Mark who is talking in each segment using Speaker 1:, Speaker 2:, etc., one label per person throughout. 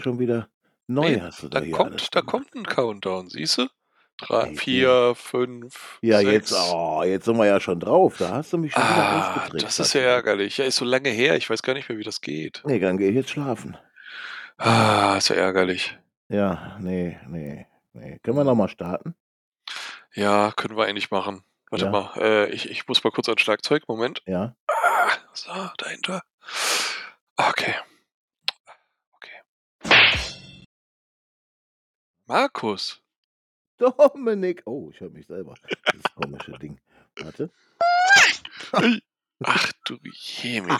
Speaker 1: Schon wieder neu
Speaker 2: Ne,
Speaker 1: hast du da
Speaker 2: da
Speaker 1: hier alles
Speaker 2: kommt da
Speaker 1: gemacht.
Speaker 2: kommt 'n Countdown, siehst du? drei
Speaker 1: Ne, ne.
Speaker 2: vier fünf
Speaker 1: Ja, jetzt
Speaker 2: sechs
Speaker 1: oh, jetzt sind wir ja schon drauf. Da hast du mich schon wieder
Speaker 2: Ah, das
Speaker 1: ausgetrickst,
Speaker 2: ist
Speaker 1: hast
Speaker 2: ja
Speaker 1: du mich.
Speaker 2: ärgerlich. Ja, ist so lange her, ich weiß gar nicht mehr, wie das geht.
Speaker 1: Ne, dann gehe ich jetzt schlafen.
Speaker 2: Ah, ist ja ärgerlich.
Speaker 1: Ja, ne, ne, ne. Können wir noch
Speaker 2: Mhm.
Speaker 1: mal starten?
Speaker 2: Ja, können wir eigentlich machen. Warte
Speaker 1: Ja.
Speaker 2: mal, äh, ich ich muss mal kurz ans Schlagzeug, Moment.
Speaker 1: Ja.
Speaker 2: Ah, so, dahinter. Okay. Okay. Markus.
Speaker 1: Dominik. Oh, ich höre mich selber. Dieses komische Ding. Warte.
Speaker 2: Ui. Ach du Jemine.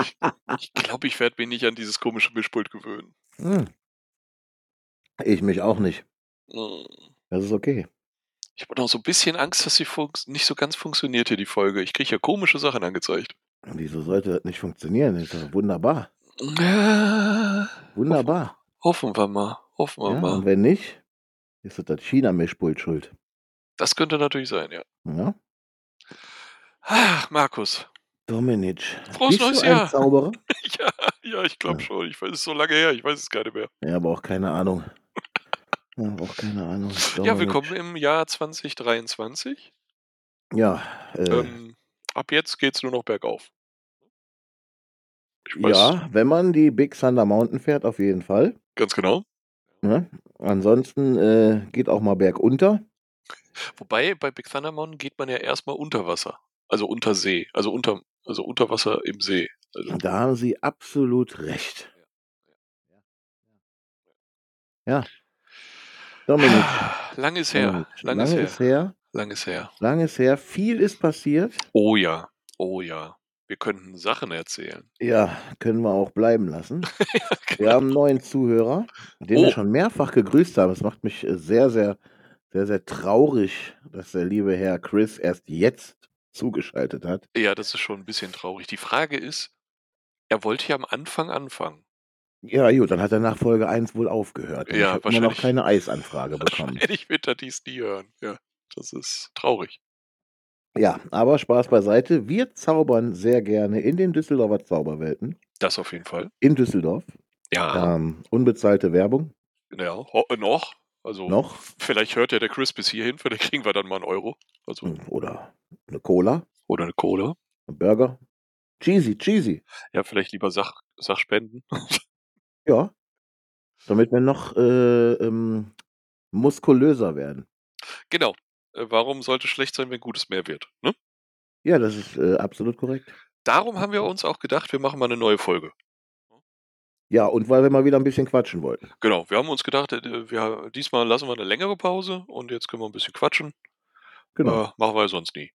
Speaker 2: Ich ich glaube, ich werde mich nicht an dieses komische Mischpult gewöhnen.
Speaker 1: Hm. Ich mich auch nicht.
Speaker 2: Mhm.
Speaker 1: Das ist okay.
Speaker 2: Ich habe noch so 'n bisschen Angst, dass die funks nicht so ganz funktioniert hier die Folge. Ich kriege ja komische Sachen angezeigt.
Speaker 1: Wieso sollte das nicht funktionieren? Ist doch wunderbar.
Speaker 2: Ja, hoffen
Speaker 1: Wunderbar.
Speaker 2: hoffen wir mal, hoffen wir
Speaker 1: Ja, und
Speaker 2: mal.
Speaker 1: wenn nicht, ist das das China-Mischpult schuld.
Speaker 2: Das könnte natürlich sein, ja.
Speaker 1: Ja.
Speaker 2: Ach, Markus.
Speaker 1: Dominic,
Speaker 2: Frohes
Speaker 1: bist du
Speaker 2: neues
Speaker 1: ein
Speaker 2: Jahr.
Speaker 1: Zauberer?
Speaker 2: Ja, ja, ich glaube
Speaker 1: Ja.
Speaker 2: schon. Ich weiß es ist so lange her, ich weiß es gar nicht mehr.
Speaker 1: Ja, aber auch keine Ahnung. Ja, auch keine Ahnung,
Speaker 2: Ja, willkommen
Speaker 1: Dominic.
Speaker 2: im Jahr 2023.
Speaker 1: Ja, äh
Speaker 2: Ähm, ab jetzt geht's nur noch bergauf. Ich weiß
Speaker 1: Ja, wenn man die Big Thunder Mountain fährt, auf jeden Fall.
Speaker 2: Ganz genau.
Speaker 1: Ne? Ansonsten, äh, geht auch mal bergunter.
Speaker 2: Wobei, bei Big Thunder Mountain geht man ja erst mal unter Wasser, also unter See, also unter also unter Wasser im See. Also
Speaker 1: Da haben Sie absolut recht.
Speaker 2: Ja, ja.
Speaker 1: Ja, ja. Ja. Dominic,
Speaker 2: Lang ist her,
Speaker 1: Dominic,
Speaker 2: lang Ah, ist
Speaker 1: lange
Speaker 2: her,
Speaker 1: ist her
Speaker 2: lang ist her.
Speaker 1: lange ist her. Viel ist passiert.
Speaker 2: Oh ja, oh ja. Wir könnten Sachen erzählen.
Speaker 1: Ja, können wir auch bleiben lassen. Wir
Speaker 2: Ja, genau.
Speaker 1: haben 'n neuen Zuhörer, den wir
Speaker 2: Oh.
Speaker 1: schon mehrfach gegrüßt haben. Es macht mich, äh, sehr, sehr, sehr, sehr traurig, dass der liebe Herr Chris erst jetzt zugeschaltet hat.
Speaker 2: Ja, das ist schon 'n bisschen traurig. Die Frage ist, er wollte ja am Anfang anfangen.
Speaker 1: Ja gut, dann hat er nach Folge 1 wohl aufgehört, denn ich
Speaker 2: Ja,
Speaker 1: habe immer noch
Speaker 2: wahrscheinlich
Speaker 1: keine Eis-Anfrage bekommen.
Speaker 2: wahrscheinlich wird er dies nie hören. Ja, das ist traurig.
Speaker 1: Ja, aber Spaß beiseite. Wir zaubern sehr gerne in den Düsseldorfer Zauberwelten.
Speaker 2: Das auf jeden Fall.
Speaker 1: In Düsseldorf.
Speaker 2: Ja.
Speaker 1: Ähm, unbezahlte Werbung.
Speaker 2: Ja, ho äh, noch. Also,
Speaker 1: Noch.
Speaker 2: vielleicht hört ja der Chris bis hierhin, vielleicht kriegen wir dann mal 'n €1. Also
Speaker 1: Hm, oder 'ne Cola,
Speaker 2: Oder 'ne Cola.
Speaker 1: 'n Burger. Cheesy, cheesy.
Speaker 2: Ja, vielleicht lieber Sach Sachspenden.
Speaker 1: Ja, damit wir noch, äh, ähm, muskulöser werden.
Speaker 2: Genau. Äh, warum sollte schlecht sein, wenn Gutes mehr wird, ne?
Speaker 1: Ja, das ist, äh, absolut korrekt.
Speaker 2: Darum haben wir uns auch gedacht, wir machen mal 'ne neue Folge.
Speaker 1: Ja, und weil wir mal wieder 'n bisschen quatschen wollten.
Speaker 2: Genau, wir haben uns gedacht, äh, d wir diesmal lassen wir 'ne längere Pause und jetzt können wir 'n bisschen quatschen.
Speaker 1: Genau.
Speaker 2: Äh, machen wir ja sonst nie.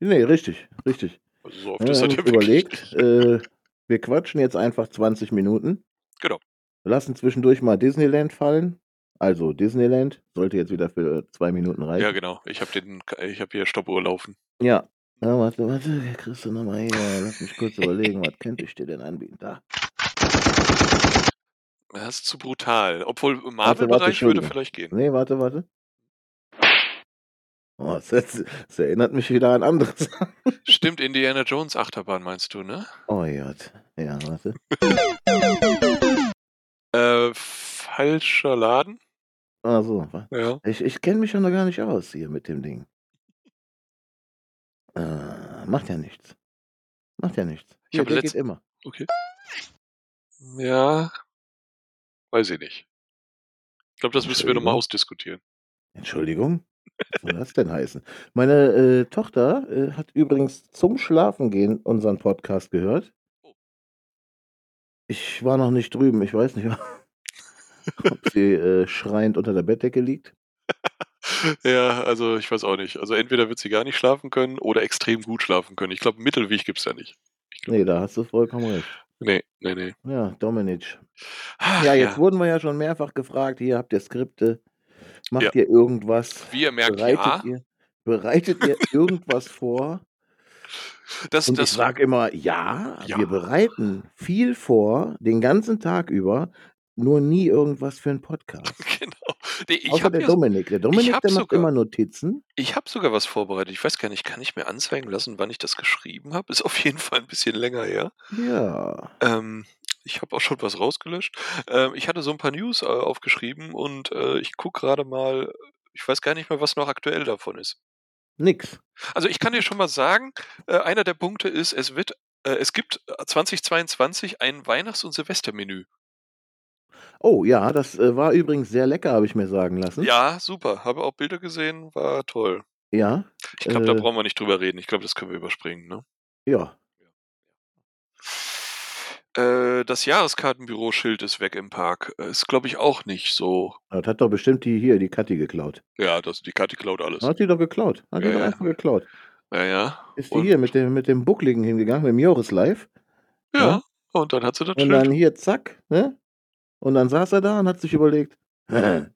Speaker 1: Ne, richtig, richtig.
Speaker 2: Also, so oft
Speaker 1: Ne, wir
Speaker 2: ist das
Speaker 1: haben uns
Speaker 2: ja wirklich
Speaker 1: überlegt,
Speaker 2: nicht.
Speaker 1: äh, wir quatschen jetzt einfach 20 Minuten.
Speaker 2: Genau.
Speaker 1: Lassen zwischendurch mal Disneyland fallen. Also, Disneyland sollte jetzt wieder für 2 Minuten
Speaker 2: Ja,
Speaker 1: reichen.
Speaker 2: genau. Ich habe den K ich habe hier Stoppuhr laufen.
Speaker 1: Ja. Ja, warte, warte, hier kriegst du noch mal hier lass mich kurz überlegen, was könnte ich dir denn anbieten? Da.
Speaker 2: Das ist zu brutal. Obwohl im
Speaker 1: Warte, warte,
Speaker 2: Marvel-Bereich würde
Speaker 1: Entschuldigung.
Speaker 2: vielleicht gehen.
Speaker 1: Ne, warte, warte. Oh, das jetzt das erinnert mich wieder an anderes.
Speaker 2: Stimmt, Indiana Jones Achterbahn meinst du, ne?
Speaker 1: Oh Gott. Ja, warte.
Speaker 2: Äh, falscher Laden?
Speaker 1: Ah so, wa
Speaker 2: Ja.
Speaker 1: ich ich kenne mich ja noch gar nicht aus hier mit dem Ding. Äh, macht ja nichts. Macht ja nichts.
Speaker 2: Ich
Speaker 1: Hier,
Speaker 2: habe
Speaker 1: der geht
Speaker 2: letzt
Speaker 1: immer.
Speaker 2: okay. Ja. Weiß ich nicht. Ich glaube, das müssen wir noch mal
Speaker 1: Entschuldigung?
Speaker 2: ausdiskutieren.
Speaker 1: Entschuldigung? Was soll das denn heißen? Meine, äh, Tochter, äh, hat übrigens zum Schlafengehen unseren Podcast gehört.
Speaker 2: Oh.
Speaker 1: Ich war noch nicht drüben. Ich weiß nicht, ob sie, äh, schreiend unter der Bettdecke liegt.
Speaker 2: Ja, also, ich weiß auch nicht. Also, entweder wird sie gar nicht schlafen können oder extrem gut schlafen können. Ich glaube, 'n Mittelweg gibt's da nicht. Ich glaube
Speaker 1: Ne, da hast du vollkommen recht.
Speaker 2: Ne, ne, ne.
Speaker 1: Ja, Dominic. Ja,
Speaker 2: Ach
Speaker 1: jetzt
Speaker 2: ja.
Speaker 1: wurden wir ja schon mehrfach gefragt: „Hier, habt ihr Skripte?
Speaker 2: Ja.
Speaker 1: Macht ihr irgendwas?
Speaker 2: Wie ihr merkt,
Speaker 1: Bereitet
Speaker 2: ja.
Speaker 1: ihr bereitet ihr irgendwas vor?“
Speaker 2: Das
Speaker 1: Und ich
Speaker 2: das
Speaker 1: sage immer: „Ja,
Speaker 2: Ja.
Speaker 1: wir bereiten viel vor, den ganzen Tag über, nur nie irgendwas für 'n Podcast.“
Speaker 2: Genau. Ne, ich
Speaker 1: Außer
Speaker 2: habe
Speaker 1: der
Speaker 2: ja s
Speaker 1: Dominic. Der
Speaker 2: ich
Speaker 1: Dominic,
Speaker 2: habe
Speaker 1: der macht immer
Speaker 2: sogar
Speaker 1: Notizen.
Speaker 2: ich habe sogar was vorbereitet. Ich weiß gar nicht, kann ich mir anzeigen lassen, wann ich das geschrieben habe? Ist auf jeden Fall 'n bisschen länger her.
Speaker 1: Ja.
Speaker 2: Ähm. ich habe auch schon was rausgelöscht. Ähm, ich hatte so ein paar News äh, aufgeschrieben und äh, ich gucke gerade mal, ich weiß gar nicht mehr, was noch aktuell davon ist.
Speaker 1: Nix.
Speaker 2: Also ich kann dir schon mal sagen, äh, einer der Punkte ist, es wird, äh, es gibt 2022 ein Weihnachts- und Silvestermenü.
Speaker 1: Oh ja, das äh, war übrigens sehr lecker, habe ich mir sagen lassen.
Speaker 2: Ja, super. Habe auch Bilder gesehen, war toll.
Speaker 1: Ja,
Speaker 2: Ich glaube, da
Speaker 1: Äh.
Speaker 2: brauchen wir nicht drüber reden. Ich glaube, das können wir überspringen. Ne?
Speaker 1: ja.
Speaker 2: Äh, das Jahreskartenbüroschild ist weg im Park. Äh, Ist, glaube ich, auch nicht so.
Speaker 1: Das hat doch bestimmt die hier, die Kathi geklaut.
Speaker 2: Ja, das, die Karte klaut alles.
Speaker 1: Hat die doch geklaut. Hat die
Speaker 2: Ja,
Speaker 1: doch
Speaker 2: ja.
Speaker 1: einfach geklaut.
Speaker 2: Ja, ja.
Speaker 1: Ist die
Speaker 2: Und,
Speaker 1: hier mit dem, mit dem Buckligen hingegangen, mit dem Joris Live.
Speaker 2: ja, und dann hat sie das
Speaker 1: Und
Speaker 2: Schild.
Speaker 1: dann hier, zack, ne? Und dann saß er da und hat sich überlegt, habe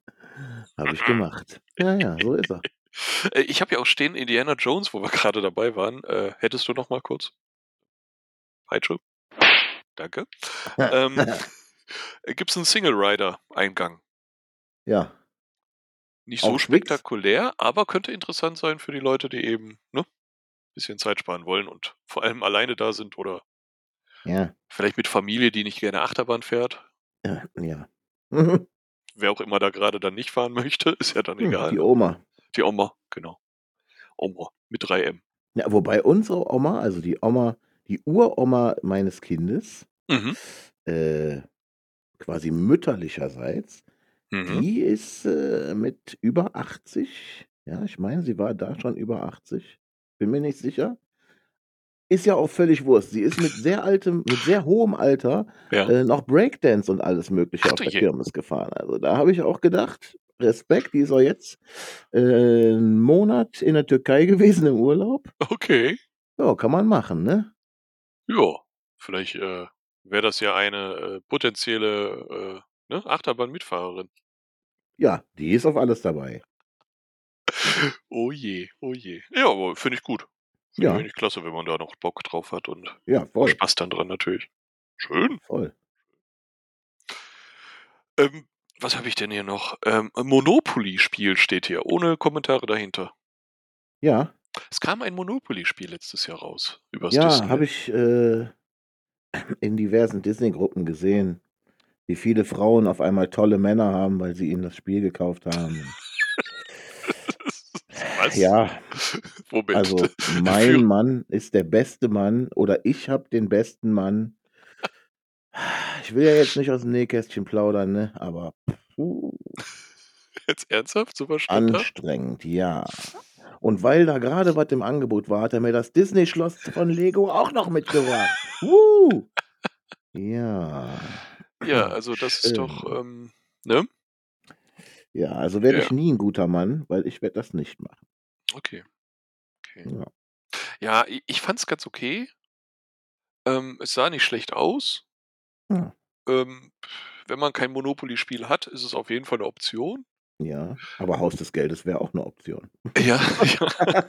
Speaker 1: ich gemacht. Ja, ja, so ist er.
Speaker 2: Äh, Ich habe ja auch stehen Indiana Jones, wo wir gerade dabei waren. Äh, hättest du noch mal kurz? Peitsche. Danke. ähm, Gibt es einen Single Rider Eingang?
Speaker 1: Ja.
Speaker 2: Nicht so
Speaker 1: Auf Wix?
Speaker 2: spektakulär, aber könnte interessant sein für die Leute, die eben ne, bisschen Zeit sparen wollen und vor allem alleine da sind oder
Speaker 1: Ja.
Speaker 2: vielleicht mit Familie, die nicht gerne Achterbahn fährt.
Speaker 1: Ja. ja.
Speaker 2: Wer auch immer da gerade dann nicht fahren möchte, ist ja dann egal.
Speaker 1: Hm, Die Oma.
Speaker 2: Die Oma, genau. Oma mit 3M.
Speaker 1: Ja, wobei unsere Oma, also die Oma, die Uroma meines Kindes,
Speaker 2: Mhm.
Speaker 1: äh, quasi mütterlicherseits,
Speaker 2: Mhm.
Speaker 1: die ist äh, mit über 80. Ja, ich meine, sie war da schon über 80. Bin mir nicht sicher. Ist ja auch völlig Wurst. Sie ist mit sehr altem, mit sehr hohem Alter
Speaker 2: Ja.
Speaker 1: äh, noch Breakdance und alles Mögliche
Speaker 2: Ach
Speaker 1: auf
Speaker 2: du
Speaker 1: der
Speaker 2: je.
Speaker 1: Kirmes gefahren. Also da habe ich auch gedacht, Respekt, die ist auch jetzt äh, einen Monat in der Türkei gewesen im Urlaub.
Speaker 2: Okay.
Speaker 1: Ja, kann man machen, ne?
Speaker 2: Ja. Vielleicht äh, wäre das ja eine äh, potenzielle äh, ne, Achterbahn-Mitfahrerin.
Speaker 1: Ja, die ist auf alles dabei.
Speaker 2: Oh je, oh je. Ja, aber finde ich gut. Finde ich
Speaker 1: Ja.
Speaker 2: eigentlich klasse, wenn man da noch Bock drauf hat und
Speaker 1: Ja, voll,
Speaker 2: Spaß dann dran natürlich. Schön.
Speaker 1: voll.
Speaker 2: Ähm, was habe ich denn hier noch? Ähm, Monopoly-Spiel steht hier, ohne Kommentare dahinter.
Speaker 1: Ja,
Speaker 2: Es kam ein Monopoly-Spiel letztes Jahr raus. Übers
Speaker 1: ja, habe ich äh, in diversen Disney-Gruppen gesehen, wie viele Frauen auf einmal tolle Männer haben, weil sie ihnen das Spiel gekauft haben.
Speaker 2: Was?
Speaker 1: Ja,
Speaker 2: Moment.
Speaker 1: also mein Mann ist der beste Mann oder ich habe den besten Mann. Ich will ja jetzt nicht aus dem Nähkästchen plaudern, ne? aber puh,
Speaker 2: Jetzt ernsthaft? So was stand da?
Speaker 1: anstrengend, ja. Und weil da gerade was im Angebot war, hat er mir das Disney-Schloss von Lego auch noch mitgebracht. Woo! Ja.
Speaker 2: Ja, also das ist doch,
Speaker 1: Schön.
Speaker 2: ähm, ne?
Speaker 1: Ja, also werde
Speaker 2: Ja.
Speaker 1: ich nie ein guter Mann, weil ich werde das nicht machen.
Speaker 2: Okay. okay.
Speaker 1: Ja.
Speaker 2: Ja, i- ich fand's ganz okay. Ähm, es sah nicht schlecht aus.
Speaker 1: Ja.
Speaker 2: Ähm, wenn man kein Monopoly-Spiel hat, ist es auf jeden Fall eine Option.
Speaker 1: ja, aber Haus des Geldes wäre auch eine Option.
Speaker 2: Ja, ja.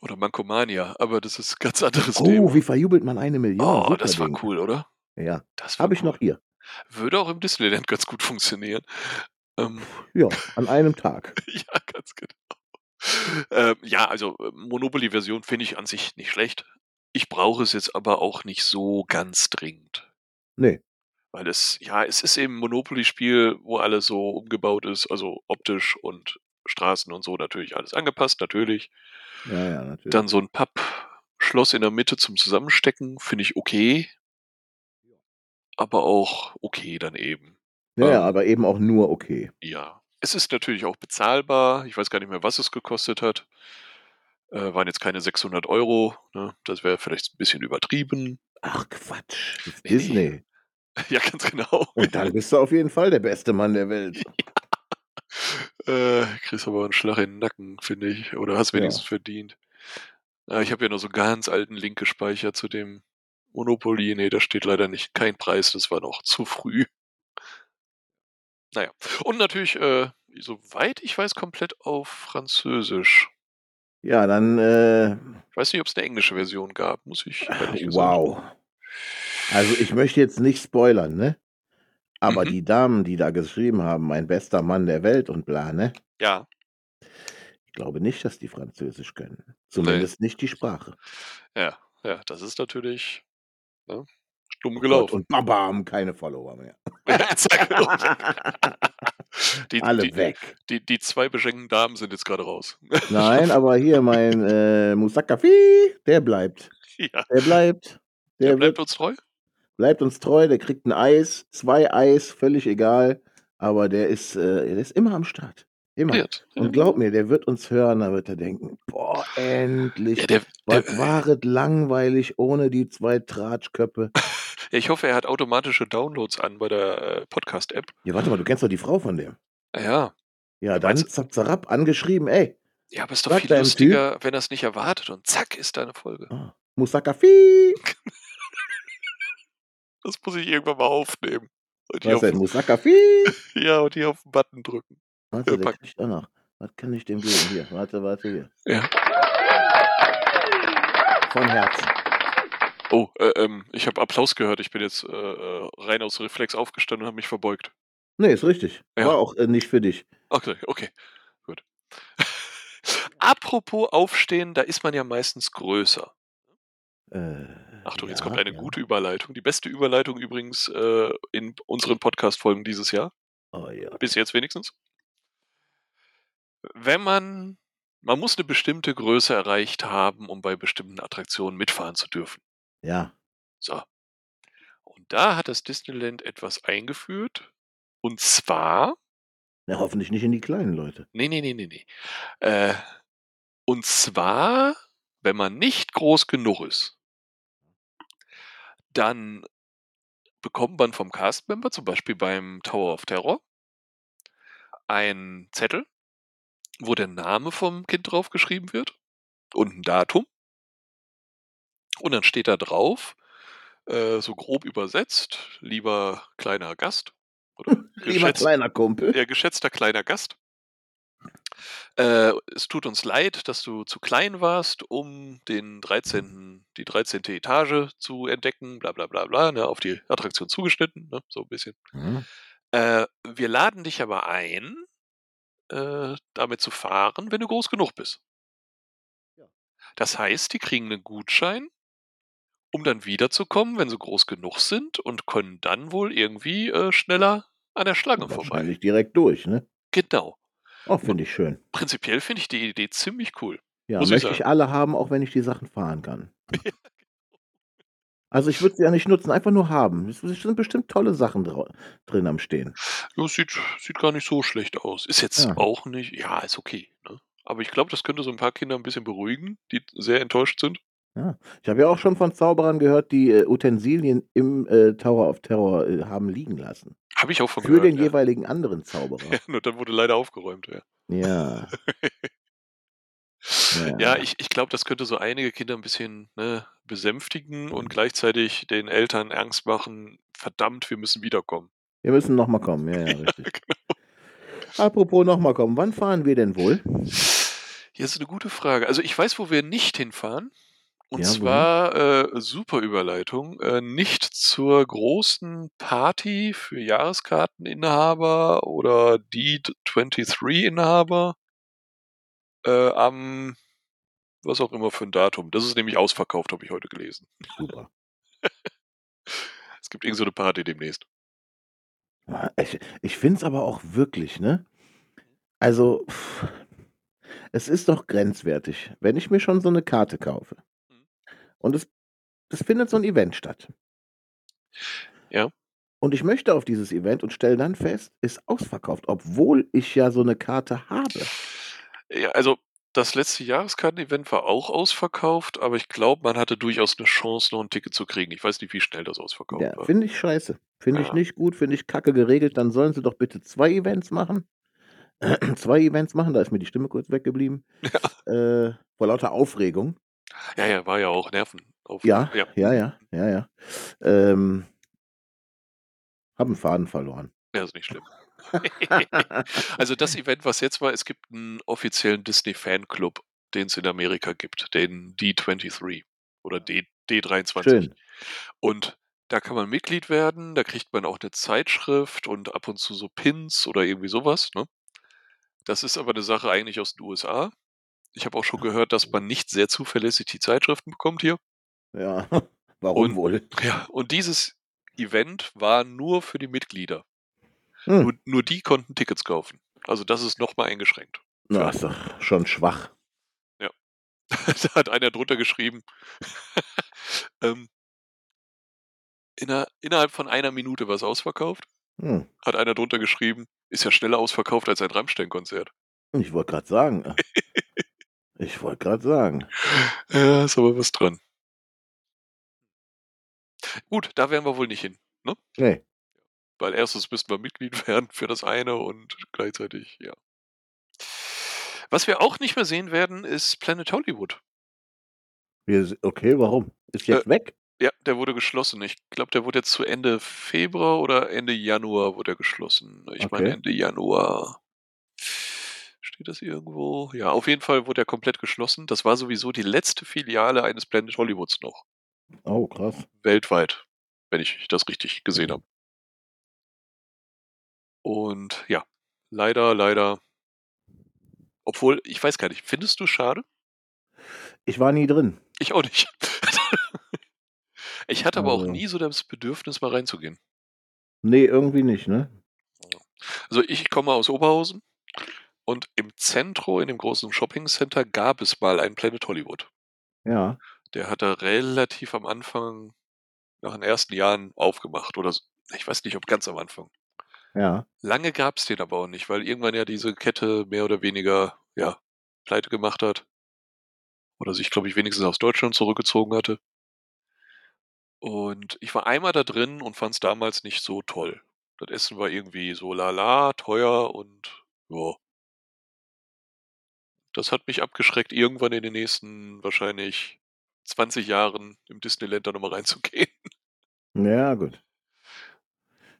Speaker 2: Oder Mankomania, aber das ist ein ganz anderes Thema.
Speaker 1: oh, wie verjubelt man eine Million?
Speaker 2: Oh,
Speaker 1: Super
Speaker 2: das war
Speaker 1: Ding.
Speaker 2: cool, oder?
Speaker 1: Ja,
Speaker 2: Das war
Speaker 1: habe ich
Speaker 2: cool.
Speaker 1: noch hier.
Speaker 2: Würde auch im Disneyland ganz gut funktionieren. Ähm,
Speaker 1: Ja, an einem Tag.
Speaker 2: ja, ganz genau. Ähm, ja, also äh, Monopoly-Version finde ich an sich nicht schlecht. Ich brauche es jetzt aber auch nicht so ganz dringend.
Speaker 1: Nee.
Speaker 2: Weil es, ja, es ist eben ein Monopoly-Spiel, wo alles so umgebaut ist, also optisch und Straßen und so natürlich alles angepasst, natürlich.
Speaker 1: Ja, ja, natürlich.
Speaker 2: Dann so ein Pappschloss in der Mitte zum Zusammenstecken, finde ich okay. Aber auch okay dann eben.
Speaker 1: ja,
Speaker 2: ähm,
Speaker 1: ja, aber eben auch nur okay.
Speaker 2: Ja. Es ist natürlich auch bezahlbar. Ich weiß gar nicht mehr, was es gekostet hat. Äh, waren jetzt keine 600 Euro. Ne? Das wäre vielleicht ein bisschen übertrieben.
Speaker 1: Ach Quatsch. Das ist
Speaker 2: Nee, nee.
Speaker 1: Disney.
Speaker 2: ja, ganz genau.
Speaker 1: Und dann bist du auf jeden Fall der beste Mann der Welt.
Speaker 2: Äh, kriegst aber einen Schlag in den Nacken, finde ich. Oder hast
Speaker 1: Ja.
Speaker 2: wenigstens verdient. Äh, ich habe ja noch so einen ganz alten Link gespeichert zu dem Monopoly. Nee, da steht leider nicht kein Preis. Das war noch zu früh. Naja. Und natürlich, äh, soweit ich weiß, komplett auf Französisch.
Speaker 1: Ja, dann, äh,
Speaker 2: Ich weiß nicht, ob es eine englische Version gab. Muss ich ehrlich gesagt.
Speaker 1: wow. Also ich möchte jetzt nicht spoilern, ne? Aber
Speaker 2: Mhm.
Speaker 1: die Damen, die da geschrieben haben, mein bester Mann der Welt und bla, ne?
Speaker 2: Ja,
Speaker 1: Ich glaube nicht, dass die Französisch können. Zumindest nicht die Sprache.
Speaker 2: Ja, ja, das ist natürlich ne,
Speaker 1: Oh
Speaker 2: Dumm
Speaker 1: Gott,
Speaker 2: gelaufen.
Speaker 1: und babam, keine Follower mehr.
Speaker 2: Zack, gelaufen. die,
Speaker 1: Alle
Speaker 2: die,
Speaker 1: weg.
Speaker 2: die, die zwei beschenkten Damen sind jetzt gerade raus.
Speaker 1: Nein, aber hier mein äh, Musakafi, der bleibt.
Speaker 2: ja.
Speaker 1: Der bleibt. Der,
Speaker 2: Der
Speaker 1: wird,
Speaker 2: bleibt uns treu.
Speaker 1: bleibt uns treu, der kriegt ein Eis, zwei Eis, völlig egal. Aber der ist, äh, der ist immer am Start. Immer.
Speaker 2: Ja,
Speaker 1: Und glaub mir, der wird uns hören, da wird er denken, boah, endlich.
Speaker 2: der, der,
Speaker 1: was war es langweilig ohne die zwei Tratschköppe?
Speaker 2: ja, ich hoffe, er hat automatische Downloads an bei der äh, Podcast-App. Ah
Speaker 1: Ja, warte mal, du kennst doch die Frau von dem.
Speaker 2: Ja.
Speaker 1: Ja, dann
Speaker 2: meinst
Speaker 1: zapp, zarab, angeschrieben, ey,
Speaker 2: ja, aber ist doch
Speaker 1: Sag
Speaker 2: viel
Speaker 1: deinem Typ-
Speaker 2: lustiger, wenn er es nicht erwartet und zack ist da eine Folge.
Speaker 1: oh, Musakafi.
Speaker 2: Das muss ich irgendwann mal aufnehmen. Und die
Speaker 1: Was
Speaker 2: auf,
Speaker 1: denn, Musakafi?
Speaker 2: ja, und die auf den Button drücken.
Speaker 1: Warte, der
Speaker 2: pack.
Speaker 1: kriegt auch noch. Was kann ich dem geben? Hier, warte, warte, hier.
Speaker 2: Ja.
Speaker 1: Von Herzen.
Speaker 2: Oh, äh, ähm, ich habe Applaus gehört. Ich bin jetzt äh, äh, rein aus Reflex aufgestanden und habe mich verbeugt.
Speaker 1: Nee, ist richtig.
Speaker 2: Ja.
Speaker 1: War auch äh, nicht für dich.
Speaker 2: Okay, okay, gut. Apropos Aufstehen, da ist man ja meistens größer.
Speaker 1: Äh,
Speaker 2: Achtung, jetzt
Speaker 1: ja,
Speaker 2: kommt eine
Speaker 1: ja.
Speaker 2: gute Überleitung. Die beste Überleitung übrigens äh, in unseren Podcast-Folgen dieses Jahr.
Speaker 1: Oh, ja.
Speaker 2: Bis jetzt wenigstens. Wenn man, man muss eine bestimmte Größe erreicht haben, um bei bestimmten Attraktionen mitfahren zu dürfen.
Speaker 1: ja.
Speaker 2: So. Und da hat das Disneyland etwas eingeführt. Und zwar,
Speaker 1: Na, hoffentlich nicht in die kleinen Leute.
Speaker 2: nee, nee, nee, nee, nee. ne, Äh, und zwar, wenn man nicht groß genug ist, dann bekommt man vom Castmember, zum Beispiel beim Tower of Terror, einen Zettel, wo der Name vom Kind draufgeschrieben wird und ein Datum. Und dann steht da drauf, äh, so grob übersetzt, lieber kleiner Gast. Oder
Speaker 1: Lieber
Speaker 2: geschätzt-
Speaker 1: kleiner Kumpel.
Speaker 2: ja, geschätzter kleiner Gast. Äh, es tut uns leid, dass du zu klein warst, um den 13., die 13. Etage zu entdecken, bla bla bla bla, ne, auf die Attraktion zugeschnitten, ne, so ein bisschen.
Speaker 1: Hm?
Speaker 2: Äh, wir laden dich aber ein, äh, damit zu fahren, wenn du groß genug bist.
Speaker 1: Ja.
Speaker 2: Das heißt, die kriegen einen Gutschein, um dann wiederzukommen, wenn sie groß genug sind und können dann wohl irgendwie äh, schneller an der Schlange vorbei.
Speaker 1: Wahrscheinlich direkt durch, ne?
Speaker 2: Genau.
Speaker 1: Auch finde ich schön.
Speaker 2: prinzipiell finde ich die Idee ziemlich cool.
Speaker 1: Ja,
Speaker 2: Muss ich genau.
Speaker 1: möchte ich, alle haben, auch wenn ich die Sachen fahren kann. Also ich würde sie ja nicht nutzen, einfach nur haben. Es sind bestimmt tolle Sachen drau- drin am Stehen.
Speaker 2: Ja, sieht, sieht gar nicht so schlecht aus. Ist jetzt
Speaker 1: Ja.
Speaker 2: auch nicht, ja, ist okay. Ne? Aber ich glaube, das könnte so ein paar Kinder ein bisschen beruhigen, die sehr enttäuscht sind.
Speaker 1: Ich habe ja auch schon von Zauberern gehört, die äh, Utensilien im äh, Tower of Terror äh, haben liegen lassen.
Speaker 2: Habe ich auch von
Speaker 1: Für den
Speaker 2: ja.
Speaker 1: jeweiligen anderen Zauberer.
Speaker 2: ja, nur dann wurde leider aufgeräumt. Ja,
Speaker 1: Ja.
Speaker 2: ja. ich, ich glaube, das könnte so einige Kinder ein bisschen ne, besänftigen und gleichzeitig den Eltern Angst machen. Verdammt, wir müssen wiederkommen.
Speaker 1: Wir müssen nochmal kommen. Ja, ja, richtig.
Speaker 2: genau.
Speaker 1: Apropos nochmal kommen. Wann fahren wir denn wohl?
Speaker 2: Hier ist eine gute Frage. Also ich weiß, wo wir nicht hinfahren. Und
Speaker 1: Ja, wohin?
Speaker 2: zwar, äh, super Überleitung, äh, nicht zur großen Party für Jahreskarteninhaber oder die 23-Inhaber äh, am, was auch immer für ein Datum. Das ist nämlich ausverkauft, habe ich heute gelesen.
Speaker 1: Super.
Speaker 2: Es gibt irgendeine so eine Party demnächst.
Speaker 1: Ja, Ah, Ich, ich finde es aber auch wirklich, ne? Also, pff, es ist doch grenzwertig, wenn ich mir schon so eine Karte kaufe.
Speaker 2: Mhm.
Speaker 1: Und es, es findet so ein Event statt.
Speaker 2: Ja.
Speaker 1: Und ich möchte auf dieses Event und stelle dann fest, ist ausverkauft, obwohl ich ja so eine Karte habe.
Speaker 2: Ja, also das letzte Jahreskarten-Event war auch ausverkauft, aber ich glaube, man hatte durchaus eine Chance, noch ein Ticket zu kriegen. Ich weiß nicht, wie schnell das ausverkauft
Speaker 1: Ja,
Speaker 2: war.
Speaker 1: finde ich scheiße. Finde ich
Speaker 2: Ja.
Speaker 1: nicht gut, finde ich kacke geregelt. Dann sollen sie doch bitte zwei Events machen. zwei Events machen, da ist mir die Stimme kurz weggeblieben. Äh, vor lauter Aufregung.
Speaker 2: Ja, ja, war ja auch Nerven. Auf,
Speaker 1: Ja,
Speaker 2: ja.
Speaker 1: ja, ja, ja, ja. Ähm, hab einen Faden verloren.
Speaker 2: Ja, ist nicht schlimm. also das Event, was jetzt war, es gibt einen offiziellen Disney-Fanclub, den es in Amerika gibt, den D23 oder D, D23.
Speaker 1: Schön.
Speaker 2: Und da kann man Mitglied werden, da kriegt man auch eine Zeitschrift und ab und zu so Pins oder irgendwie sowas. Ne? Das ist aber eine Sache eigentlich aus den USA. Ich habe auch
Speaker 1: Ah,
Speaker 2: schon gehört, dass man nicht sehr zuverlässig die Zeitschriften bekommt hier.
Speaker 1: Ja. Warum
Speaker 2: Und-
Speaker 1: wohl?
Speaker 2: Ja, und dieses Event war nur für die Mitglieder.
Speaker 1: Hm.
Speaker 2: Nur, nur die konnten Tickets kaufen. Also das ist nochmal eingeschränkt.
Speaker 1: Na, ist doch schon schwach.
Speaker 2: da hat einer drunter geschrieben. ähm, inner, innerhalb von einer Minute war es ausverkauft.
Speaker 1: Hm.
Speaker 2: Hat einer drunter geschrieben, ist ja schneller ausverkauft als ein Rammstein-Konzert.
Speaker 1: Ich wollte gerade sagen. äh, Ich wollte gerade sagen.
Speaker 2: Ja, Äh, ist aber was dran. Gut, da werden wir wohl nicht hin.
Speaker 1: Nee.
Speaker 2: Weil erstens müssten wir Mitglied werden für das eine und gleichzeitig, ja. Was wir auch nicht mehr sehen werden, ist Planet Hollywood.
Speaker 1: Wir, s- okay, warum? Ist
Speaker 2: Äh.
Speaker 1: jetzt weg?
Speaker 2: Ja, der wurde geschlossen. Ich glaube, der wurde jetzt zu Ende Februar oder Ende Januar wurde er geschlossen. Ich meine
Speaker 1: Okay.
Speaker 2: Ende Januar. Steht das hier irgendwo? Ja, auf jeden Fall wurde er komplett geschlossen. Das war sowieso die letzte Filiale eines Planet Hollywoods noch.
Speaker 1: Oh, krass.
Speaker 2: Weltweit, wenn ich das richtig
Speaker 1: Mhm.
Speaker 2: gesehen habe. Und ja, leider, leider. Obwohl, ich weiß gar nicht, findest du schade?
Speaker 1: Ich war nie drin.
Speaker 2: Ich auch nicht. ich hatte aber auch
Speaker 1: Also.
Speaker 2: nie so das Bedürfnis, mal reinzugehen.
Speaker 1: Nee, irgendwie nicht, ne?
Speaker 2: Also ich komme aus Oberhausen und im Zentro, in dem großen Shoppingcenter, gab es mal einen Planet Hollywood.
Speaker 1: Ja.
Speaker 2: Der hat er relativ am Anfang, nach den ersten Jahren, aufgemacht. Oder so. ich weiß nicht, ob ganz am Anfang.
Speaker 1: Ja.
Speaker 2: Lange gab es den aber auch nicht, weil irgendwann ja diese Kette mehr oder weniger ja, pleite gemacht hat. Oder sich, glaube ich, wenigstens aus Deutschland zurückgezogen hatte. Und ich war einmal da drin und fand es damals nicht so toll. Das Essen war irgendwie so lala, teuer und ja. Das hat mich abgeschreckt, irgendwann in den nächsten wahrscheinlich 20 Jahren im Disneyland da nochmal reinzugehen.
Speaker 1: Ja, gut.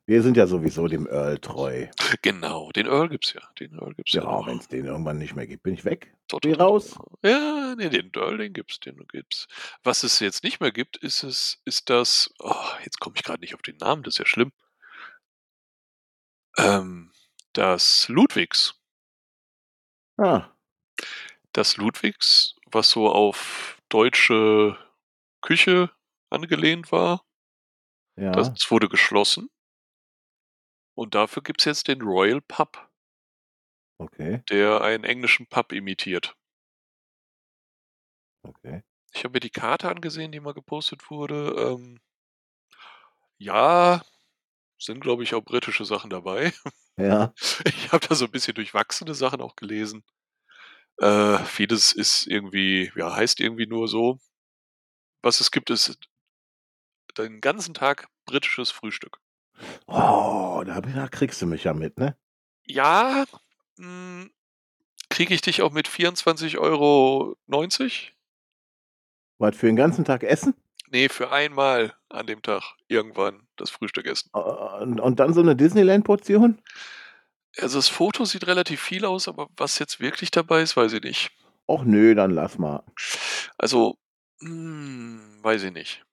Speaker 1: Wir sind ja sowieso dem Earl treu.
Speaker 2: Genau, den Earl gibt's ja. Den Earl gibt's ja.
Speaker 1: Ja,
Speaker 2: noch.
Speaker 1: wenn es den irgendwann nicht mehr gibt, bin ich weg.
Speaker 2: Tot,
Speaker 1: Geh
Speaker 2: tot, tot.
Speaker 1: raus.
Speaker 2: Ja, nee, den Earl, den gibt's, den gibt's. Was es jetzt nicht mehr gibt, ist es, ist das. Oh, jetzt komme ich gerade nicht auf den Namen, das ist ja schlimm. Ähm, das Ludwigs.
Speaker 1: Ah,
Speaker 2: Das Ludwigs, was so auf deutsche Küche angelehnt war.
Speaker 1: ja.
Speaker 2: Das wurde geschlossen. Und dafür gibt es jetzt den Royal Pub,
Speaker 1: okay,
Speaker 2: der einen englischen Pub imitiert.
Speaker 1: okay.
Speaker 2: Ich habe mir die Karte angesehen, die mal gepostet wurde. Ähm, ja, sind, glaube ich, auch britische Sachen dabei.
Speaker 1: Ja.
Speaker 2: Ich habe da so ein bisschen durchwachsene Sachen auch gelesen. Äh, vieles ist irgendwie, ja, heißt irgendwie nur so. Was es gibt, ist den ganzen Tag britisches Frühstück.
Speaker 1: Oh, da, da kriegst du mich ja mit, ne?
Speaker 2: Ja, hm, kriege ich dich auch mit 24,90 Euro?
Speaker 1: Was für den ganzen Tag essen?
Speaker 2: Nee, für einmal an dem Tag irgendwann das Frühstück essen.
Speaker 1: Äh, Und, und dann so eine Disneyland-Portion?
Speaker 2: Also das Foto sieht relativ viel aus, aber was jetzt wirklich dabei ist, weiß ich nicht.
Speaker 1: Och nö, dann lass mal.
Speaker 2: Also, hm, weiß ich nicht.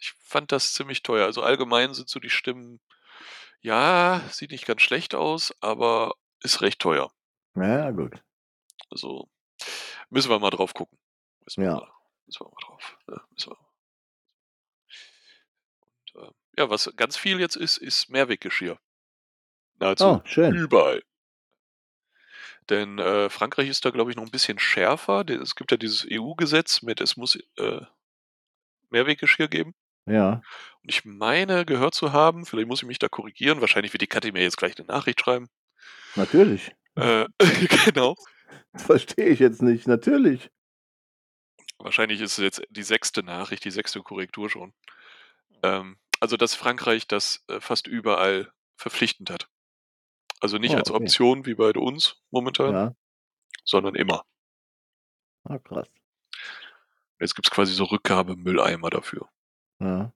Speaker 2: Ich fand das ziemlich teuer. Also allgemein sind so die Stimmen, ja, sieht nicht ganz schlecht aus, aber ist recht teuer.
Speaker 1: Ja, gut.
Speaker 2: Also müssen wir mal drauf gucken. Müssen wir
Speaker 1: Ja.
Speaker 2: mal, müssen wir mal drauf. Ja, müssen wir. Und, äh, ja, was ganz viel jetzt ist, ist Mehrweggeschirr. Nahezu
Speaker 1: Oh, schön.
Speaker 2: überall. Denn äh, Frankreich ist da, glaube ich, noch ein bisschen schärfer. De- Es gibt ja dieses EU-Gesetz mit, es muss äh, Mehrweggeschirr geben.
Speaker 1: Ja.
Speaker 2: Und ich meine, gehört zu haben, vielleicht muss ich mich da korrigieren, wahrscheinlich wird die Kathi mir jetzt gleich eine Nachricht schreiben.
Speaker 1: Natürlich.
Speaker 2: Äh, genau.
Speaker 1: Das verstehe ich jetzt nicht. Natürlich.
Speaker 2: Wahrscheinlich ist es jetzt die sechste Nachricht, die sechste Korrektur schon.
Speaker 1: Hm.
Speaker 2: Ähm, also, dass Frankreich das äh, fast überall verpflichtend hat. Also nicht
Speaker 1: Oh,
Speaker 2: als
Speaker 1: okay.
Speaker 2: Option wie bei uns momentan,
Speaker 1: Ja.
Speaker 2: sondern immer.
Speaker 1: Ah, krass.
Speaker 2: Jetzt gibt es quasi so Rückgabemülleimer dafür.
Speaker 1: Ja.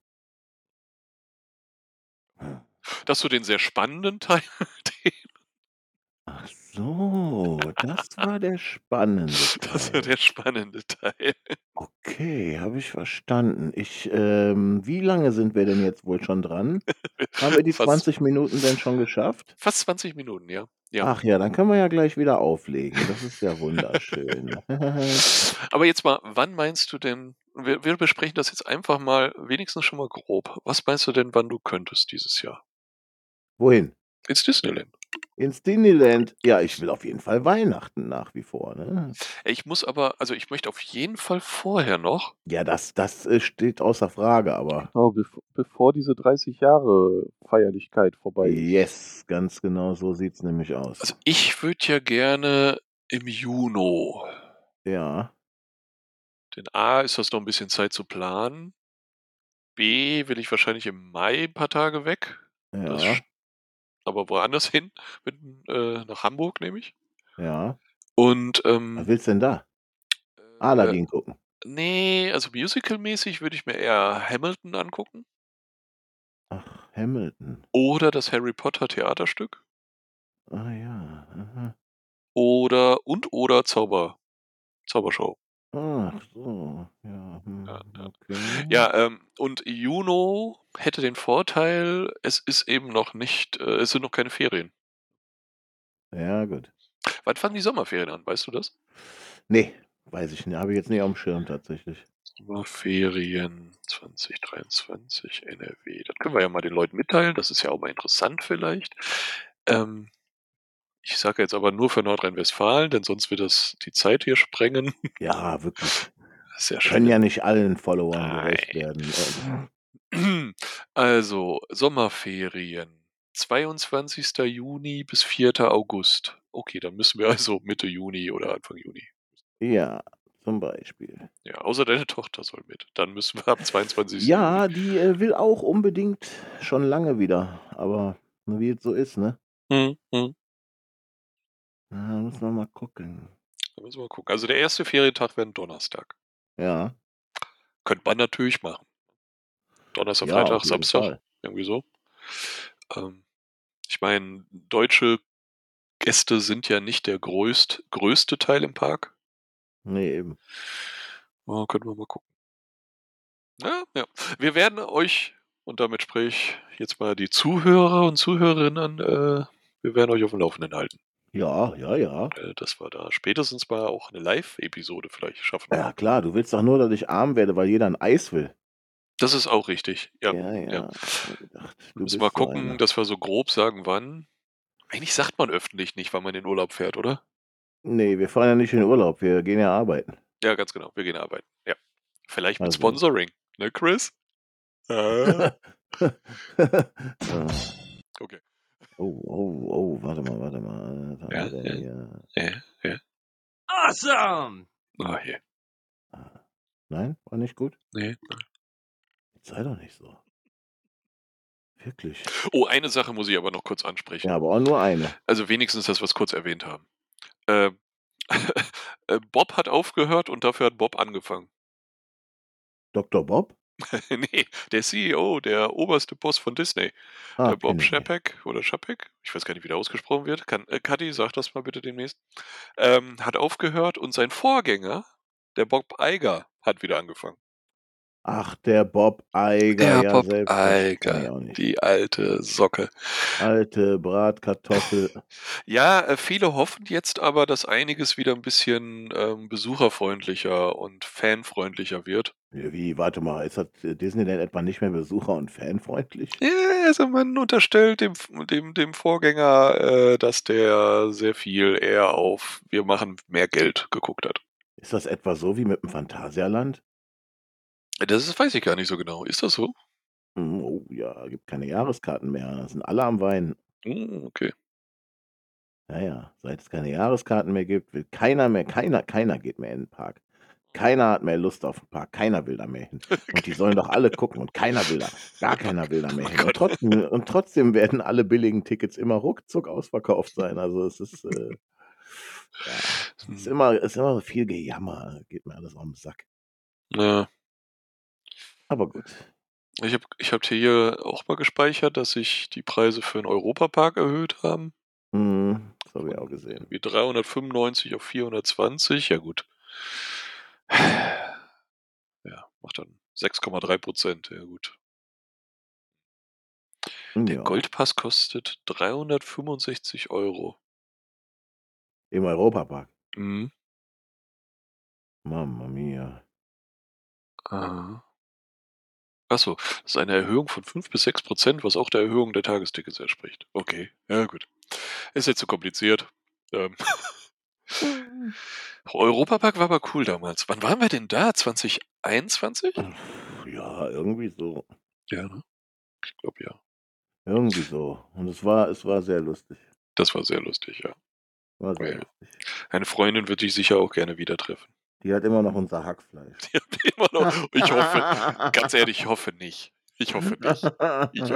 Speaker 2: Das ist so den sehr spannenden Teil.
Speaker 1: Ach So, das war der spannende
Speaker 2: Das war
Speaker 1: Teil.
Speaker 2: der spannende Teil.
Speaker 1: Okay, habe ich verstanden. Ich, ähm, wie lange sind wir denn jetzt wohl schon dran? Haben wir die
Speaker 2: Fast,
Speaker 1: 20 Minuten denn schon geschafft?
Speaker 2: fast 20 Minuten, ja. Ja.
Speaker 1: Ach ja, dann können wir ja gleich wieder auflegen. Das ist ja wunderschön.
Speaker 2: Aber jetzt mal, wann meinst du denn, wir, wir besprechen das jetzt einfach mal wenigstens schon mal grob. Was meinst du denn, wann du könntest dieses Jahr?
Speaker 1: Wohin?
Speaker 2: Ins Disneyland.
Speaker 1: Ins Disneyland. Ja, ich will auf jeden Fall Weihnachten nach wie vor. Ne?
Speaker 2: Ey, Ich muss aber, also ich möchte auf jeden Fall vorher noch.
Speaker 1: Ja, das, das äh, steht außer Frage, aber
Speaker 3: Genau, bev bevor diese 30 Jahre Feierlichkeit vorbei ist.
Speaker 1: yes, ganz genau so sieht es nämlich aus.
Speaker 2: Also ich würde ja gerne im Juni.
Speaker 1: Ja,
Speaker 2: Denn A ist das noch ein bisschen Zeit zu planen. B will ich wahrscheinlich im Mai ein paar Tage weg. Das
Speaker 1: ja,
Speaker 2: sch- aber woanders hin, mit, äh, nach Hamburg nehme ich.
Speaker 1: ja.
Speaker 2: Und
Speaker 1: Was
Speaker 2: ähm,
Speaker 1: willst du denn da?
Speaker 2: äh,
Speaker 1: Aladdin gucken.
Speaker 2: nee, also musical-mäßig würde ich mir eher Hamilton angucken
Speaker 1: Ach, Hamilton.
Speaker 2: oder das Harry Potter Theaterstück
Speaker 1: Ah ja. aha.
Speaker 2: oder und oder Zauber Zaubershow.
Speaker 1: Ach so, ja, hm,
Speaker 2: Ja, ja.
Speaker 1: okay.
Speaker 2: ja ähm, und Juno hätte den Vorteil, es ist eben noch nicht, äh, es sind noch keine Ferien.
Speaker 1: Ja, gut.
Speaker 2: Wann fangen die Sommerferien an? Weißt du das?
Speaker 1: Nee, weiß ich nicht. Habe ich jetzt nicht auf dem Schirm tatsächlich.
Speaker 2: Sommerferien 2023 NRW. Das können wir ja mal den Leuten mitteilen. Das ist ja auch mal interessant vielleicht. Ähm, ich sage jetzt aber nur für Nordrhein-Westfalen, denn sonst wird das die Zeit hier sprengen.
Speaker 1: Ja, wirklich.
Speaker 2: Sehr
Speaker 1: Können
Speaker 2: schlimm.
Speaker 1: ja nicht allen Followern gerecht
Speaker 2: Nein.
Speaker 1: werden. Äh,
Speaker 2: Also, Sommerferien. 22. Juni bis 4. August. Okay, dann müssen wir also Mitte Juni oder Anfang Juni.
Speaker 1: Äh, Ja, zum Beispiel.
Speaker 2: Ja, außer deine Tochter soll mit. Dann müssen wir ab 22. Juni.
Speaker 1: Ja, die äh, will auch unbedingt schon lange wieder. Aber wie es so ist, ne?
Speaker 2: Hm, hm.
Speaker 1: Na, müssen wir mal gucken.
Speaker 2: Da müssen wir mal gucken. Also der erste Ferientag wäre ein Donnerstag.
Speaker 1: Ja,
Speaker 2: Könnte man natürlich machen. Donnerstag,
Speaker 1: ja, auf
Speaker 2: Freitag,
Speaker 1: jeden
Speaker 2: Samstag,
Speaker 1: Fall.
Speaker 2: irgendwie so. Ähm, ich meine, deutsche Gäste sind ja nicht der größt, größte Teil im Park.
Speaker 1: Nee, eben.
Speaker 2: Ja, können wir mal gucken. Ja, ja. Wir werden euch, und damit spreche ich jetzt mal die Zuhörer und Zuhörerinnen an, äh, wir werden euch auf dem Laufenden halten,
Speaker 1: Ja, ja, ja.
Speaker 2: äh, dass wir da spätestens mal auch eine Live-Episode vielleicht schaffen.
Speaker 1: Ja, klar, du willst doch nur, dass ich arm werde, weil jeder ein Eis will.
Speaker 2: Das ist auch richtig, ja.
Speaker 1: Ja,
Speaker 2: ja.
Speaker 1: ja, hab ich mir gedacht. Du
Speaker 2: Müssen wir
Speaker 1: bist so
Speaker 2: gucken,
Speaker 1: einer.
Speaker 2: dass wir so grob sagen, wann. Eigentlich sagt man öffentlich nicht, wann man in den Urlaub fährt, oder?
Speaker 1: Nee, wir fahren ja nicht in Urlaub, wir gehen ja arbeiten.
Speaker 2: Ja, ganz genau. Wir gehen arbeiten. Ja. Vielleicht mit
Speaker 1: Also.
Speaker 2: Sponsoring, ne, Chris? Äh,
Speaker 1: Ah,
Speaker 2: okay.
Speaker 1: oh, oh, oh, warte mal, warte mal. Was haben
Speaker 2: Ja,
Speaker 1: wir denn
Speaker 2: ja,
Speaker 1: hier?
Speaker 2: ja, ja.
Speaker 3: Awesome!
Speaker 2: Ah, hier.
Speaker 1: Ah, Nein, war nicht gut?
Speaker 2: Nee.
Speaker 1: Jetzt sei doch nicht so. Wirklich.
Speaker 2: Oh, eine Sache muss ich aber noch kurz ansprechen.
Speaker 1: Ja, aber auch nur eine.
Speaker 2: Also wenigstens das, was kurz erwähnt haben. Ähm, äh, Bob hat aufgehört und dafür hat Bob angefangen.
Speaker 1: Dr. Bob?
Speaker 2: nee, der CEO, der oberste Boss von Disney,
Speaker 1: Ah,
Speaker 2: der Bob
Speaker 1: kenne ich nicht.
Speaker 2: Chapek Äh, oder Chapek, ich weiß gar nicht, wie der ausgesprochen wird. Kann, äh, Kadi, sag das mal bitte demnächst. Ähm, hat aufgehört und sein Vorgänger, der Bob Eiger, hat wieder angefangen.
Speaker 1: Ach, der Bob Eiger,
Speaker 2: Der
Speaker 1: ja,
Speaker 2: Bob
Speaker 1: selbstverständlich. Kann ich
Speaker 2: Eiger,
Speaker 1: auch nicht.
Speaker 2: die alte Socke.
Speaker 1: Alte Bratkartoffel.
Speaker 2: Ja, äh, viele hoffen jetzt aber, dass einiges wieder ein bisschen ähm, besucherfreundlicher und fanfreundlicher wird.
Speaker 1: Ja, Wie, warte mal, ist das äh, Disneyland etwa nicht mehr besucher- und fanfreundlich?
Speaker 2: Ja, also man unterstellt dem, dem, dem Vorgänger, äh, dass der sehr viel eher auf wir machen mehr Geld geguckt hat.
Speaker 1: Ist das etwa so wie mit dem Phantasialand?
Speaker 2: Das ist, weiß ich gar nicht so genau. Ist das so?
Speaker 1: Hm, Oh ja, gibt keine Jahreskarten mehr. Das sind alle am Weinen.
Speaker 2: Hm, okay.
Speaker 1: Naja, seit es keine Jahreskarten mehr gibt, will keiner mehr, keiner, keiner geht mehr in den Park. Keiner hat mehr Lust auf den Park, keiner will da mehr hin. Und die sollen doch alle gucken und keiner will da, gar keiner will da mehr
Speaker 2: Oh
Speaker 1: hin. Und
Speaker 2: Gott.
Speaker 1: trotzdem, und trotzdem werden alle billigen Tickets immer ruckzuck ausverkauft sein. Also es ist, äh, ja, ist
Speaker 2: Hm,
Speaker 1: immer, ist immer viel Gejammer, geht mir alles auf den Sack.
Speaker 2: Ja.
Speaker 1: Aber gut.
Speaker 2: Ich habe ich hab hier auch mal gespeichert, dass sich die Preise für den Europapark erhöht haben.
Speaker 1: Mhm. Das habe ich auch gesehen.
Speaker 2: Wie 395 auf 420, ja gut. Ja, macht dann 6,3 Prozent, ja gut. Der
Speaker 1: Ja.
Speaker 2: Goldpass kostet 365 Euro.
Speaker 1: Im Europapark.
Speaker 2: Mhm.
Speaker 1: Mamma mia.
Speaker 2: Aha. Achso, das ist eine Erhöhung von 5 bis 6 Prozent, was auch der Erhöhung der Tagestickets entspricht. Okay, ja gut. Ist jetzt zu kompliziert. Ähm.
Speaker 1: Mhm.
Speaker 2: Europapark war aber cool damals. Wann waren wir denn da? 2021?
Speaker 1: Hm, Ja, irgendwie so.
Speaker 2: Ja, ne? Ich glaube ja.
Speaker 1: Irgendwie so. Und es war, es war sehr lustig.
Speaker 2: Das war sehr lustig, ja.
Speaker 1: War sehr
Speaker 2: Ja.
Speaker 1: lustig.
Speaker 2: Eine Freundin wird dich sicher auch gerne wieder treffen.
Speaker 1: Die hat immer noch unser Hackfleisch.
Speaker 2: Immer noch. Ich hoffe, ganz ehrlich, ich hoffe nicht. Ich hoffe nicht. Ich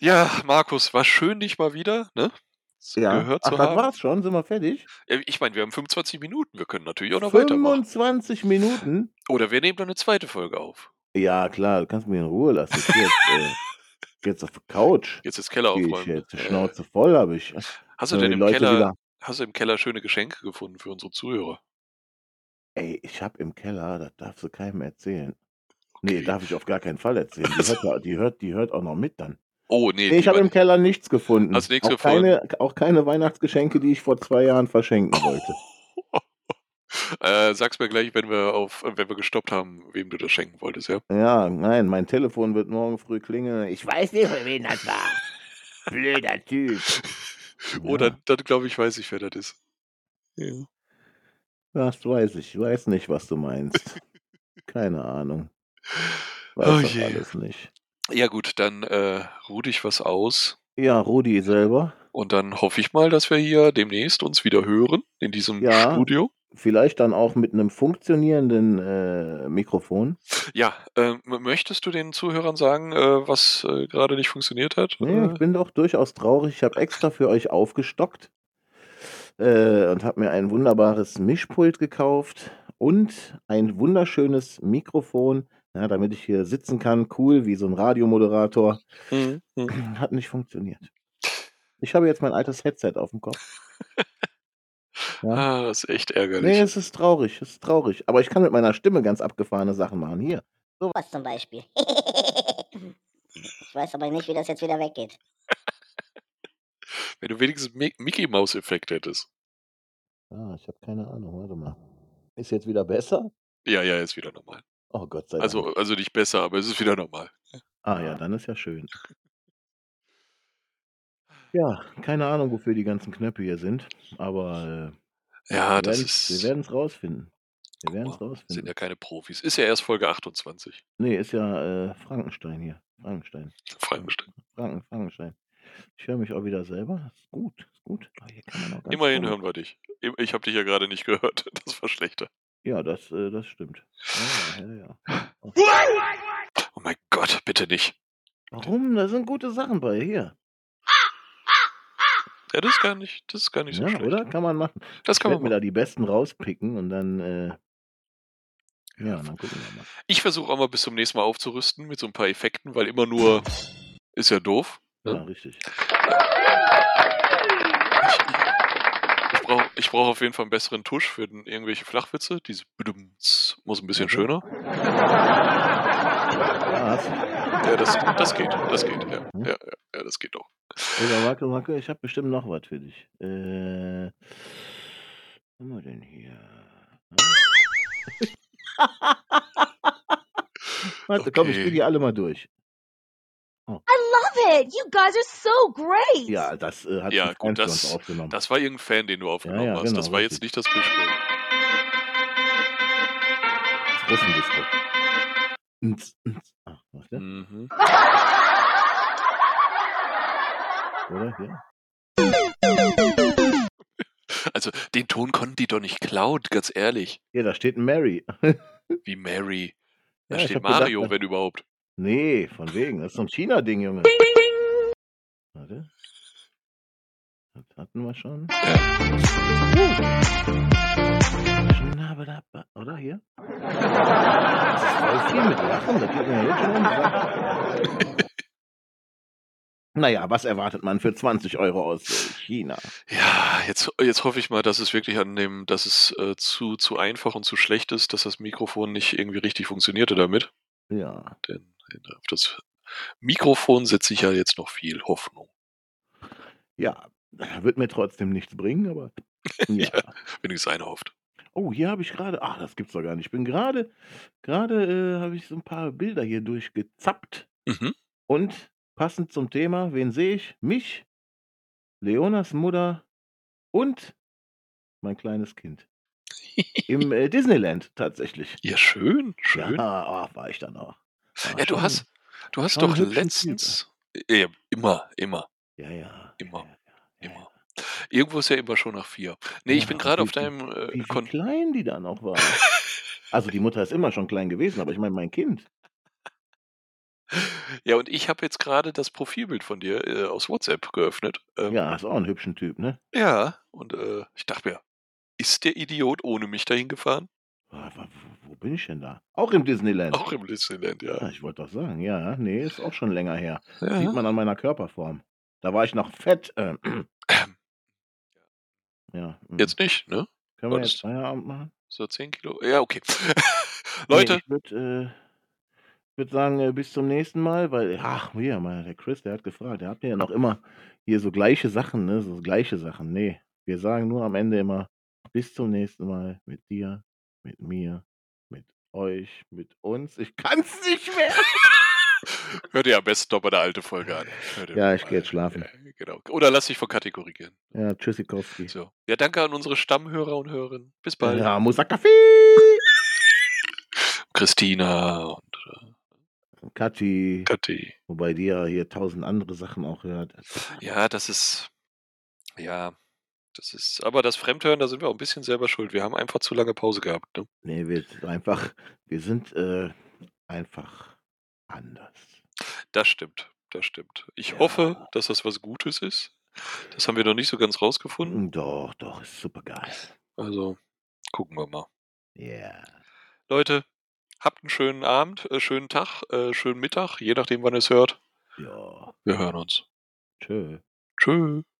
Speaker 2: Ja, Markus, war schön, dich mal wieder ne? zu-
Speaker 1: ja.
Speaker 2: gehört
Speaker 1: Ach,
Speaker 2: zu
Speaker 1: das
Speaker 2: haben.
Speaker 1: war's schon. Sind wir fertig?
Speaker 2: Äh, Ich meine, wir haben 25 Minuten. Wir können natürlich auch noch weitermachen.
Speaker 1: 25 Minuten?
Speaker 2: Oder wir nehmen dann eine zweite Folge auf.
Speaker 1: Ja, klar. Du kannst mich in Ruhe lassen. Ich geh jetzt, äh, ich geh jetzt auf die Couch.
Speaker 2: Jetzt ist Keller
Speaker 1: Geh ich
Speaker 2: aufräumen.
Speaker 1: jetzt.
Speaker 2: Äh,
Speaker 1: Schnauze voll habe ich.
Speaker 2: hast, du
Speaker 1: Wenn
Speaker 2: denn
Speaker 1: die
Speaker 2: im
Speaker 1: Leute
Speaker 2: Keller,
Speaker 1: wieder-
Speaker 2: hast du im Keller schöne Geschenke gefunden für unsere Zuhörer?
Speaker 1: Ey, ich habe im Keller, das darfst du keinem erzählen. Nee,
Speaker 2: Okay.
Speaker 1: darf ich auf gar keinen Fall erzählen. Die
Speaker 2: Also-
Speaker 1: hört, ja- die hört, die hört auch noch mit dann.
Speaker 2: Oh, nee.
Speaker 1: Nee, ich
Speaker 2: die
Speaker 1: habe
Speaker 2: war-
Speaker 1: im Keller nichts gefunden.
Speaker 2: Hast nichts
Speaker 1: auch,
Speaker 2: gefunden?
Speaker 1: Keine, auch keine Weihnachtsgeschenke, die ich vor zwei Jahren verschenken wollte.
Speaker 2: äh, sag's mir gleich, wenn wir, auf, äh, wenn wir gestoppt haben, wem du das schenken wolltest, ja?
Speaker 1: Ja, nein, mein Telefon wird morgen früh klingeln. Ich weiß nicht, für wen das war. Blöder Typ.
Speaker 2: Oder dann, glaube ich, weiß ich, wer das ist. Ja.
Speaker 1: Ja, das weiß ich. Ich weiß nicht, was du meinst. Keine Ahnung. Weiß
Speaker 2: Oh
Speaker 1: das
Speaker 2: je.
Speaker 1: alles nicht.
Speaker 2: Ja gut, dann äh, ruh dich was aus
Speaker 1: Ja, Rudi selber.
Speaker 2: und dann hoffe ich mal, dass wir hier demnächst uns wieder hören in diesem
Speaker 1: Ja.
Speaker 2: Studio.
Speaker 1: Vielleicht dann auch mit einem funktionierenden äh, Mikrofon.
Speaker 2: Ja, ähm, m- möchtest du den Zuhörern sagen, äh, was äh, gerade nicht funktioniert hat? Äh,
Speaker 1: Nee, ich bin doch durchaus traurig. Ich habe extra für euch aufgestockt äh, und habe mir ein wunderbares Mischpult gekauft und ein wunderschönes Mikrofon, ja, damit ich hier sitzen kann, cool wie so ein Radiomoderator.
Speaker 2: Äh, mhm, mhm.
Speaker 1: Hat nicht funktioniert. Ich habe jetzt mein altes Headset auf dem Kopf. Ja.
Speaker 2: Ah, das ist echt
Speaker 1: Nee,
Speaker 2: ärgerlich.
Speaker 1: es ist traurig, es ist traurig. Aber ich kann mit meiner Stimme ganz abgefahrene Sachen machen. Hier.
Speaker 4: Was zum Beispiel. ich weiß aber nicht, wie das jetzt wieder weggeht.
Speaker 2: Wenn du wenigstens Mi Mickey Maus Effekt hättest.
Speaker 1: Ah, ich habe keine Ahnung. Warte mal. Ist jetzt wieder besser?
Speaker 2: Ja, ja, ist wieder normal.
Speaker 1: Oh Gott sei Dank.
Speaker 2: Also, also nicht besser, aber es ist wieder normal.
Speaker 1: Ah ja, dann ist ja schön.
Speaker 2: Ah.
Speaker 1: Ja, keine Ahnung, wofür die ganzen Knöpfe hier sind, aber
Speaker 2: Ja,
Speaker 1: äh, wir
Speaker 2: das
Speaker 1: werden's- wir
Speaker 2: ist.
Speaker 1: werden es rausfinden. Wir werden es
Speaker 2: Guck Sind
Speaker 1: rausfinden.
Speaker 2: ja keine Profis. Ist ja erst Folge 28.
Speaker 1: Nee, ist ja äh, Frankenstein hier. Frankenstein.
Speaker 2: Frankenstein.
Speaker 1: Franken, Frankenstein. Ich höre mich auch wieder selber. Ist gut, ist gut. Ah, hier kann man auch ganz
Speaker 2: Immerhin
Speaker 1: komisch-
Speaker 2: hören wir dich. Ich habe dich ja gerade nicht gehört. Das war schlechter.
Speaker 1: Ja, das, äh, das stimmt. Ja, ja, ja, ja.
Speaker 2: Oh mein Gott, bitte nicht.
Speaker 1: Warum? Da sind gute Sachen bei hier.
Speaker 2: Ja, das ist gar nicht, das ist gar nicht so
Speaker 1: Ja,
Speaker 2: schlecht.
Speaker 1: ne, oder? Kann man machen.
Speaker 2: Das
Speaker 1: Ich
Speaker 2: kann
Speaker 1: werde
Speaker 2: man
Speaker 1: mir
Speaker 2: machen.
Speaker 1: da die besten rauspicken und dann. Äh, ja, dann gucken wir mal.
Speaker 2: Ich versuche auch mal bis zum nächsten Mal aufzurüsten mit so ein paar Effekten, weil immer nur ist ja doof.
Speaker 1: Ja, richtig.
Speaker 2: Ich brauche ich brauch auf jeden Fall einen besseren Tusch für den, irgendwelche Flachwitze. Diese Bedumms muss ein bisschen schöner.
Speaker 1: Ja, hast du.
Speaker 2: Ja, das, das geht. Das geht. Ja,
Speaker 1: Mhm.
Speaker 2: ja, ja, ja das geht doch.
Speaker 1: Oder Wacke, Wacke, Also, ich habe bestimmt noch was für dich. Äh, was haben wir denn hier? Hm? Warte, komm, ich
Speaker 2: Okay.
Speaker 1: gehe die alle mal durch.
Speaker 5: love it. You guys are so great.
Speaker 1: Ja, das äh, hat
Speaker 2: Ja,
Speaker 1: ein
Speaker 2: gut,
Speaker 1: Freund für
Speaker 2: das-
Speaker 1: uns aufgenommen.
Speaker 2: Das war irgendein Fan, den du aufgenommen
Speaker 1: Ja, ja,
Speaker 2: hast. Das
Speaker 1: genau,
Speaker 2: war
Speaker 1: richtig.
Speaker 2: jetzt nicht das Mischpult.
Speaker 1: Das Russendisco. Ns, ns. Ach, warte,
Speaker 2: Mhm.
Speaker 1: oder? Hier?
Speaker 2: Also, den Ton konnten die doch nicht klaut, ganz ehrlich.
Speaker 1: Ja, da steht Mary.
Speaker 2: Wie Mary. Da
Speaker 1: Ja, ich
Speaker 2: steht
Speaker 1: hab gedacht,
Speaker 2: Mario,
Speaker 1: das-
Speaker 2: wenn überhaupt.
Speaker 1: Nee, von wegen. Das ist so ein China-Ding, Junge. Warte. Das hatten wir schon. Schnabelaba- Oder hier? Das ist voll viel mit Lachen, das geht mir jetzt schon um. Naja, was erwartet man für 20 Euro aus äh, China?
Speaker 2: Ja, jetzt, jetzt hoffe ich mal, dass es wirklich an dem, dass es äh, zu, zu einfach und zu schlecht ist, dass das Mikrofon nicht irgendwie richtig funktionierte damit.
Speaker 1: Ja.
Speaker 2: Denn auf das Mikrofon setze ich ja jetzt noch viel Hoffnung.
Speaker 1: Ja, wird mir trotzdem nichts bringen, aber. Ja.
Speaker 2: Wenigstens einer hofft.
Speaker 1: Oh, hier habe ich gerade. Ach, das gibt's doch gar nicht. Ich bin gerade. Gerade äh, habe ich so ein paar Bilder hier durchgezappt.
Speaker 2: Mhm.
Speaker 1: Und passend zum Thema, wen sehe ich? Mich, Leonas Mutter und mein kleines Kind. Im äh, Disneyland tatsächlich.
Speaker 2: Ja, schön, schön.
Speaker 1: Ja, oh, war ich dann auch. War
Speaker 2: Ja, du
Speaker 1: schon-
Speaker 2: hast, du hast
Speaker 1: schon
Speaker 2: doch
Speaker 1: ein hübsches
Speaker 2: letztens. Äh, Ja, immer, immer,
Speaker 1: Ja, ja.
Speaker 2: Immer,
Speaker 1: Ja, ja,
Speaker 2: immer. Irgendwo ist ja immer schon nach vier. Nee, ich
Speaker 1: Ja,
Speaker 2: bin gerade
Speaker 1: wie
Speaker 2: auf
Speaker 1: viel-
Speaker 2: deinem
Speaker 1: ja.
Speaker 2: äh,
Speaker 1: Wie, wie
Speaker 2: Kon
Speaker 1: klein die dann auch war. Also die Mutter ist immer schon klein gewesen, aber ich meine mein Kind.
Speaker 2: Ja, und ich habe jetzt gerade das Profilbild von dir äh, aus WhatsApp geöffnet. Ähm,
Speaker 1: Ja, ist auch ein hübschen Typ, ne?
Speaker 2: Ja, und äh, ich dachte mir, ist der Idiot ohne mich dahin gefahren?
Speaker 1: Wo, wo, wo bin ich denn da? Auch im Disneyland.
Speaker 2: Auch im Disneyland, ja.
Speaker 1: Ja, ich wollte doch sagen, ja, nee, ist auch schon länger her. Sieht
Speaker 2: ja.
Speaker 1: man an meiner Körperform. Da war ich noch fett. ähm, ja. mm.
Speaker 2: Jetzt nicht, ne?
Speaker 1: können wir
Speaker 2: das-
Speaker 1: jetzt Feierabend machen?
Speaker 2: So 10 Kilo. Ja, okay. Leute,
Speaker 1: Nee, ich würde äh, würd sagen, äh, bis zum nächsten Mal, weil, ach, hier, mal, der Chris, der hat gefragt, der hat mir ja noch immer hier so gleiche Sachen, ne? So gleiche Sachen. Nee, wir sagen nur am Ende immer, bis zum nächsten Mal mit dir, mit mir, mit euch, mit uns. Ich kann's nicht mehr.
Speaker 2: hört ihr am besten doch mal eine alte Folge an. Hört ihr
Speaker 1: Ja,
Speaker 2: mal.
Speaker 1: ich gehe jetzt schlafen.
Speaker 2: Ja, genau. Oder lass dich von Kategorie gehen.
Speaker 1: Ja, Tschüssikowski.
Speaker 2: So. Ja, danke an unsere Stammhörer und Hörerinnen. Bis bald.
Speaker 1: Ja, Musakafi!
Speaker 2: Christina und
Speaker 1: Kathi,
Speaker 2: Kathi.
Speaker 1: wobei die ja hier tausend andere Sachen auch hört.
Speaker 2: Ja, das ist. Ja, das ist. Aber das Fremdhören, da sind wir auch ein bisschen selber schuld. Wir haben einfach zu lange Pause gehabt. Ne?
Speaker 1: Nee, wir sind einfach, wir sind äh, einfach anders.
Speaker 2: Das stimmt. Das stimmt. Ich
Speaker 1: Ja.
Speaker 2: hoffe, dass das was Gutes ist. Das haben wir noch nicht so ganz rausgefunden.
Speaker 1: Hm, Doch, doch, ist super geil.
Speaker 2: Also gucken wir mal.
Speaker 1: Yeah.
Speaker 2: Leute, habt einen schönen Abend, äh, schönen Tag, äh, schönen Mittag, je nachdem, wann ihr es hört.
Speaker 1: Ja.
Speaker 2: Wir hören uns.
Speaker 1: Tschö.
Speaker 2: Tschüss.